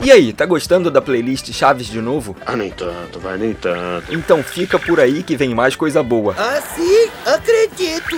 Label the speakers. Speaker 1: E aí, tá gostando da playlist Chaves de novo?
Speaker 2: Ah, nem tanto, vai, nem tanto.
Speaker 1: Então fica por aí que vem mais coisa boa.
Speaker 3: Ah, sim, acredito.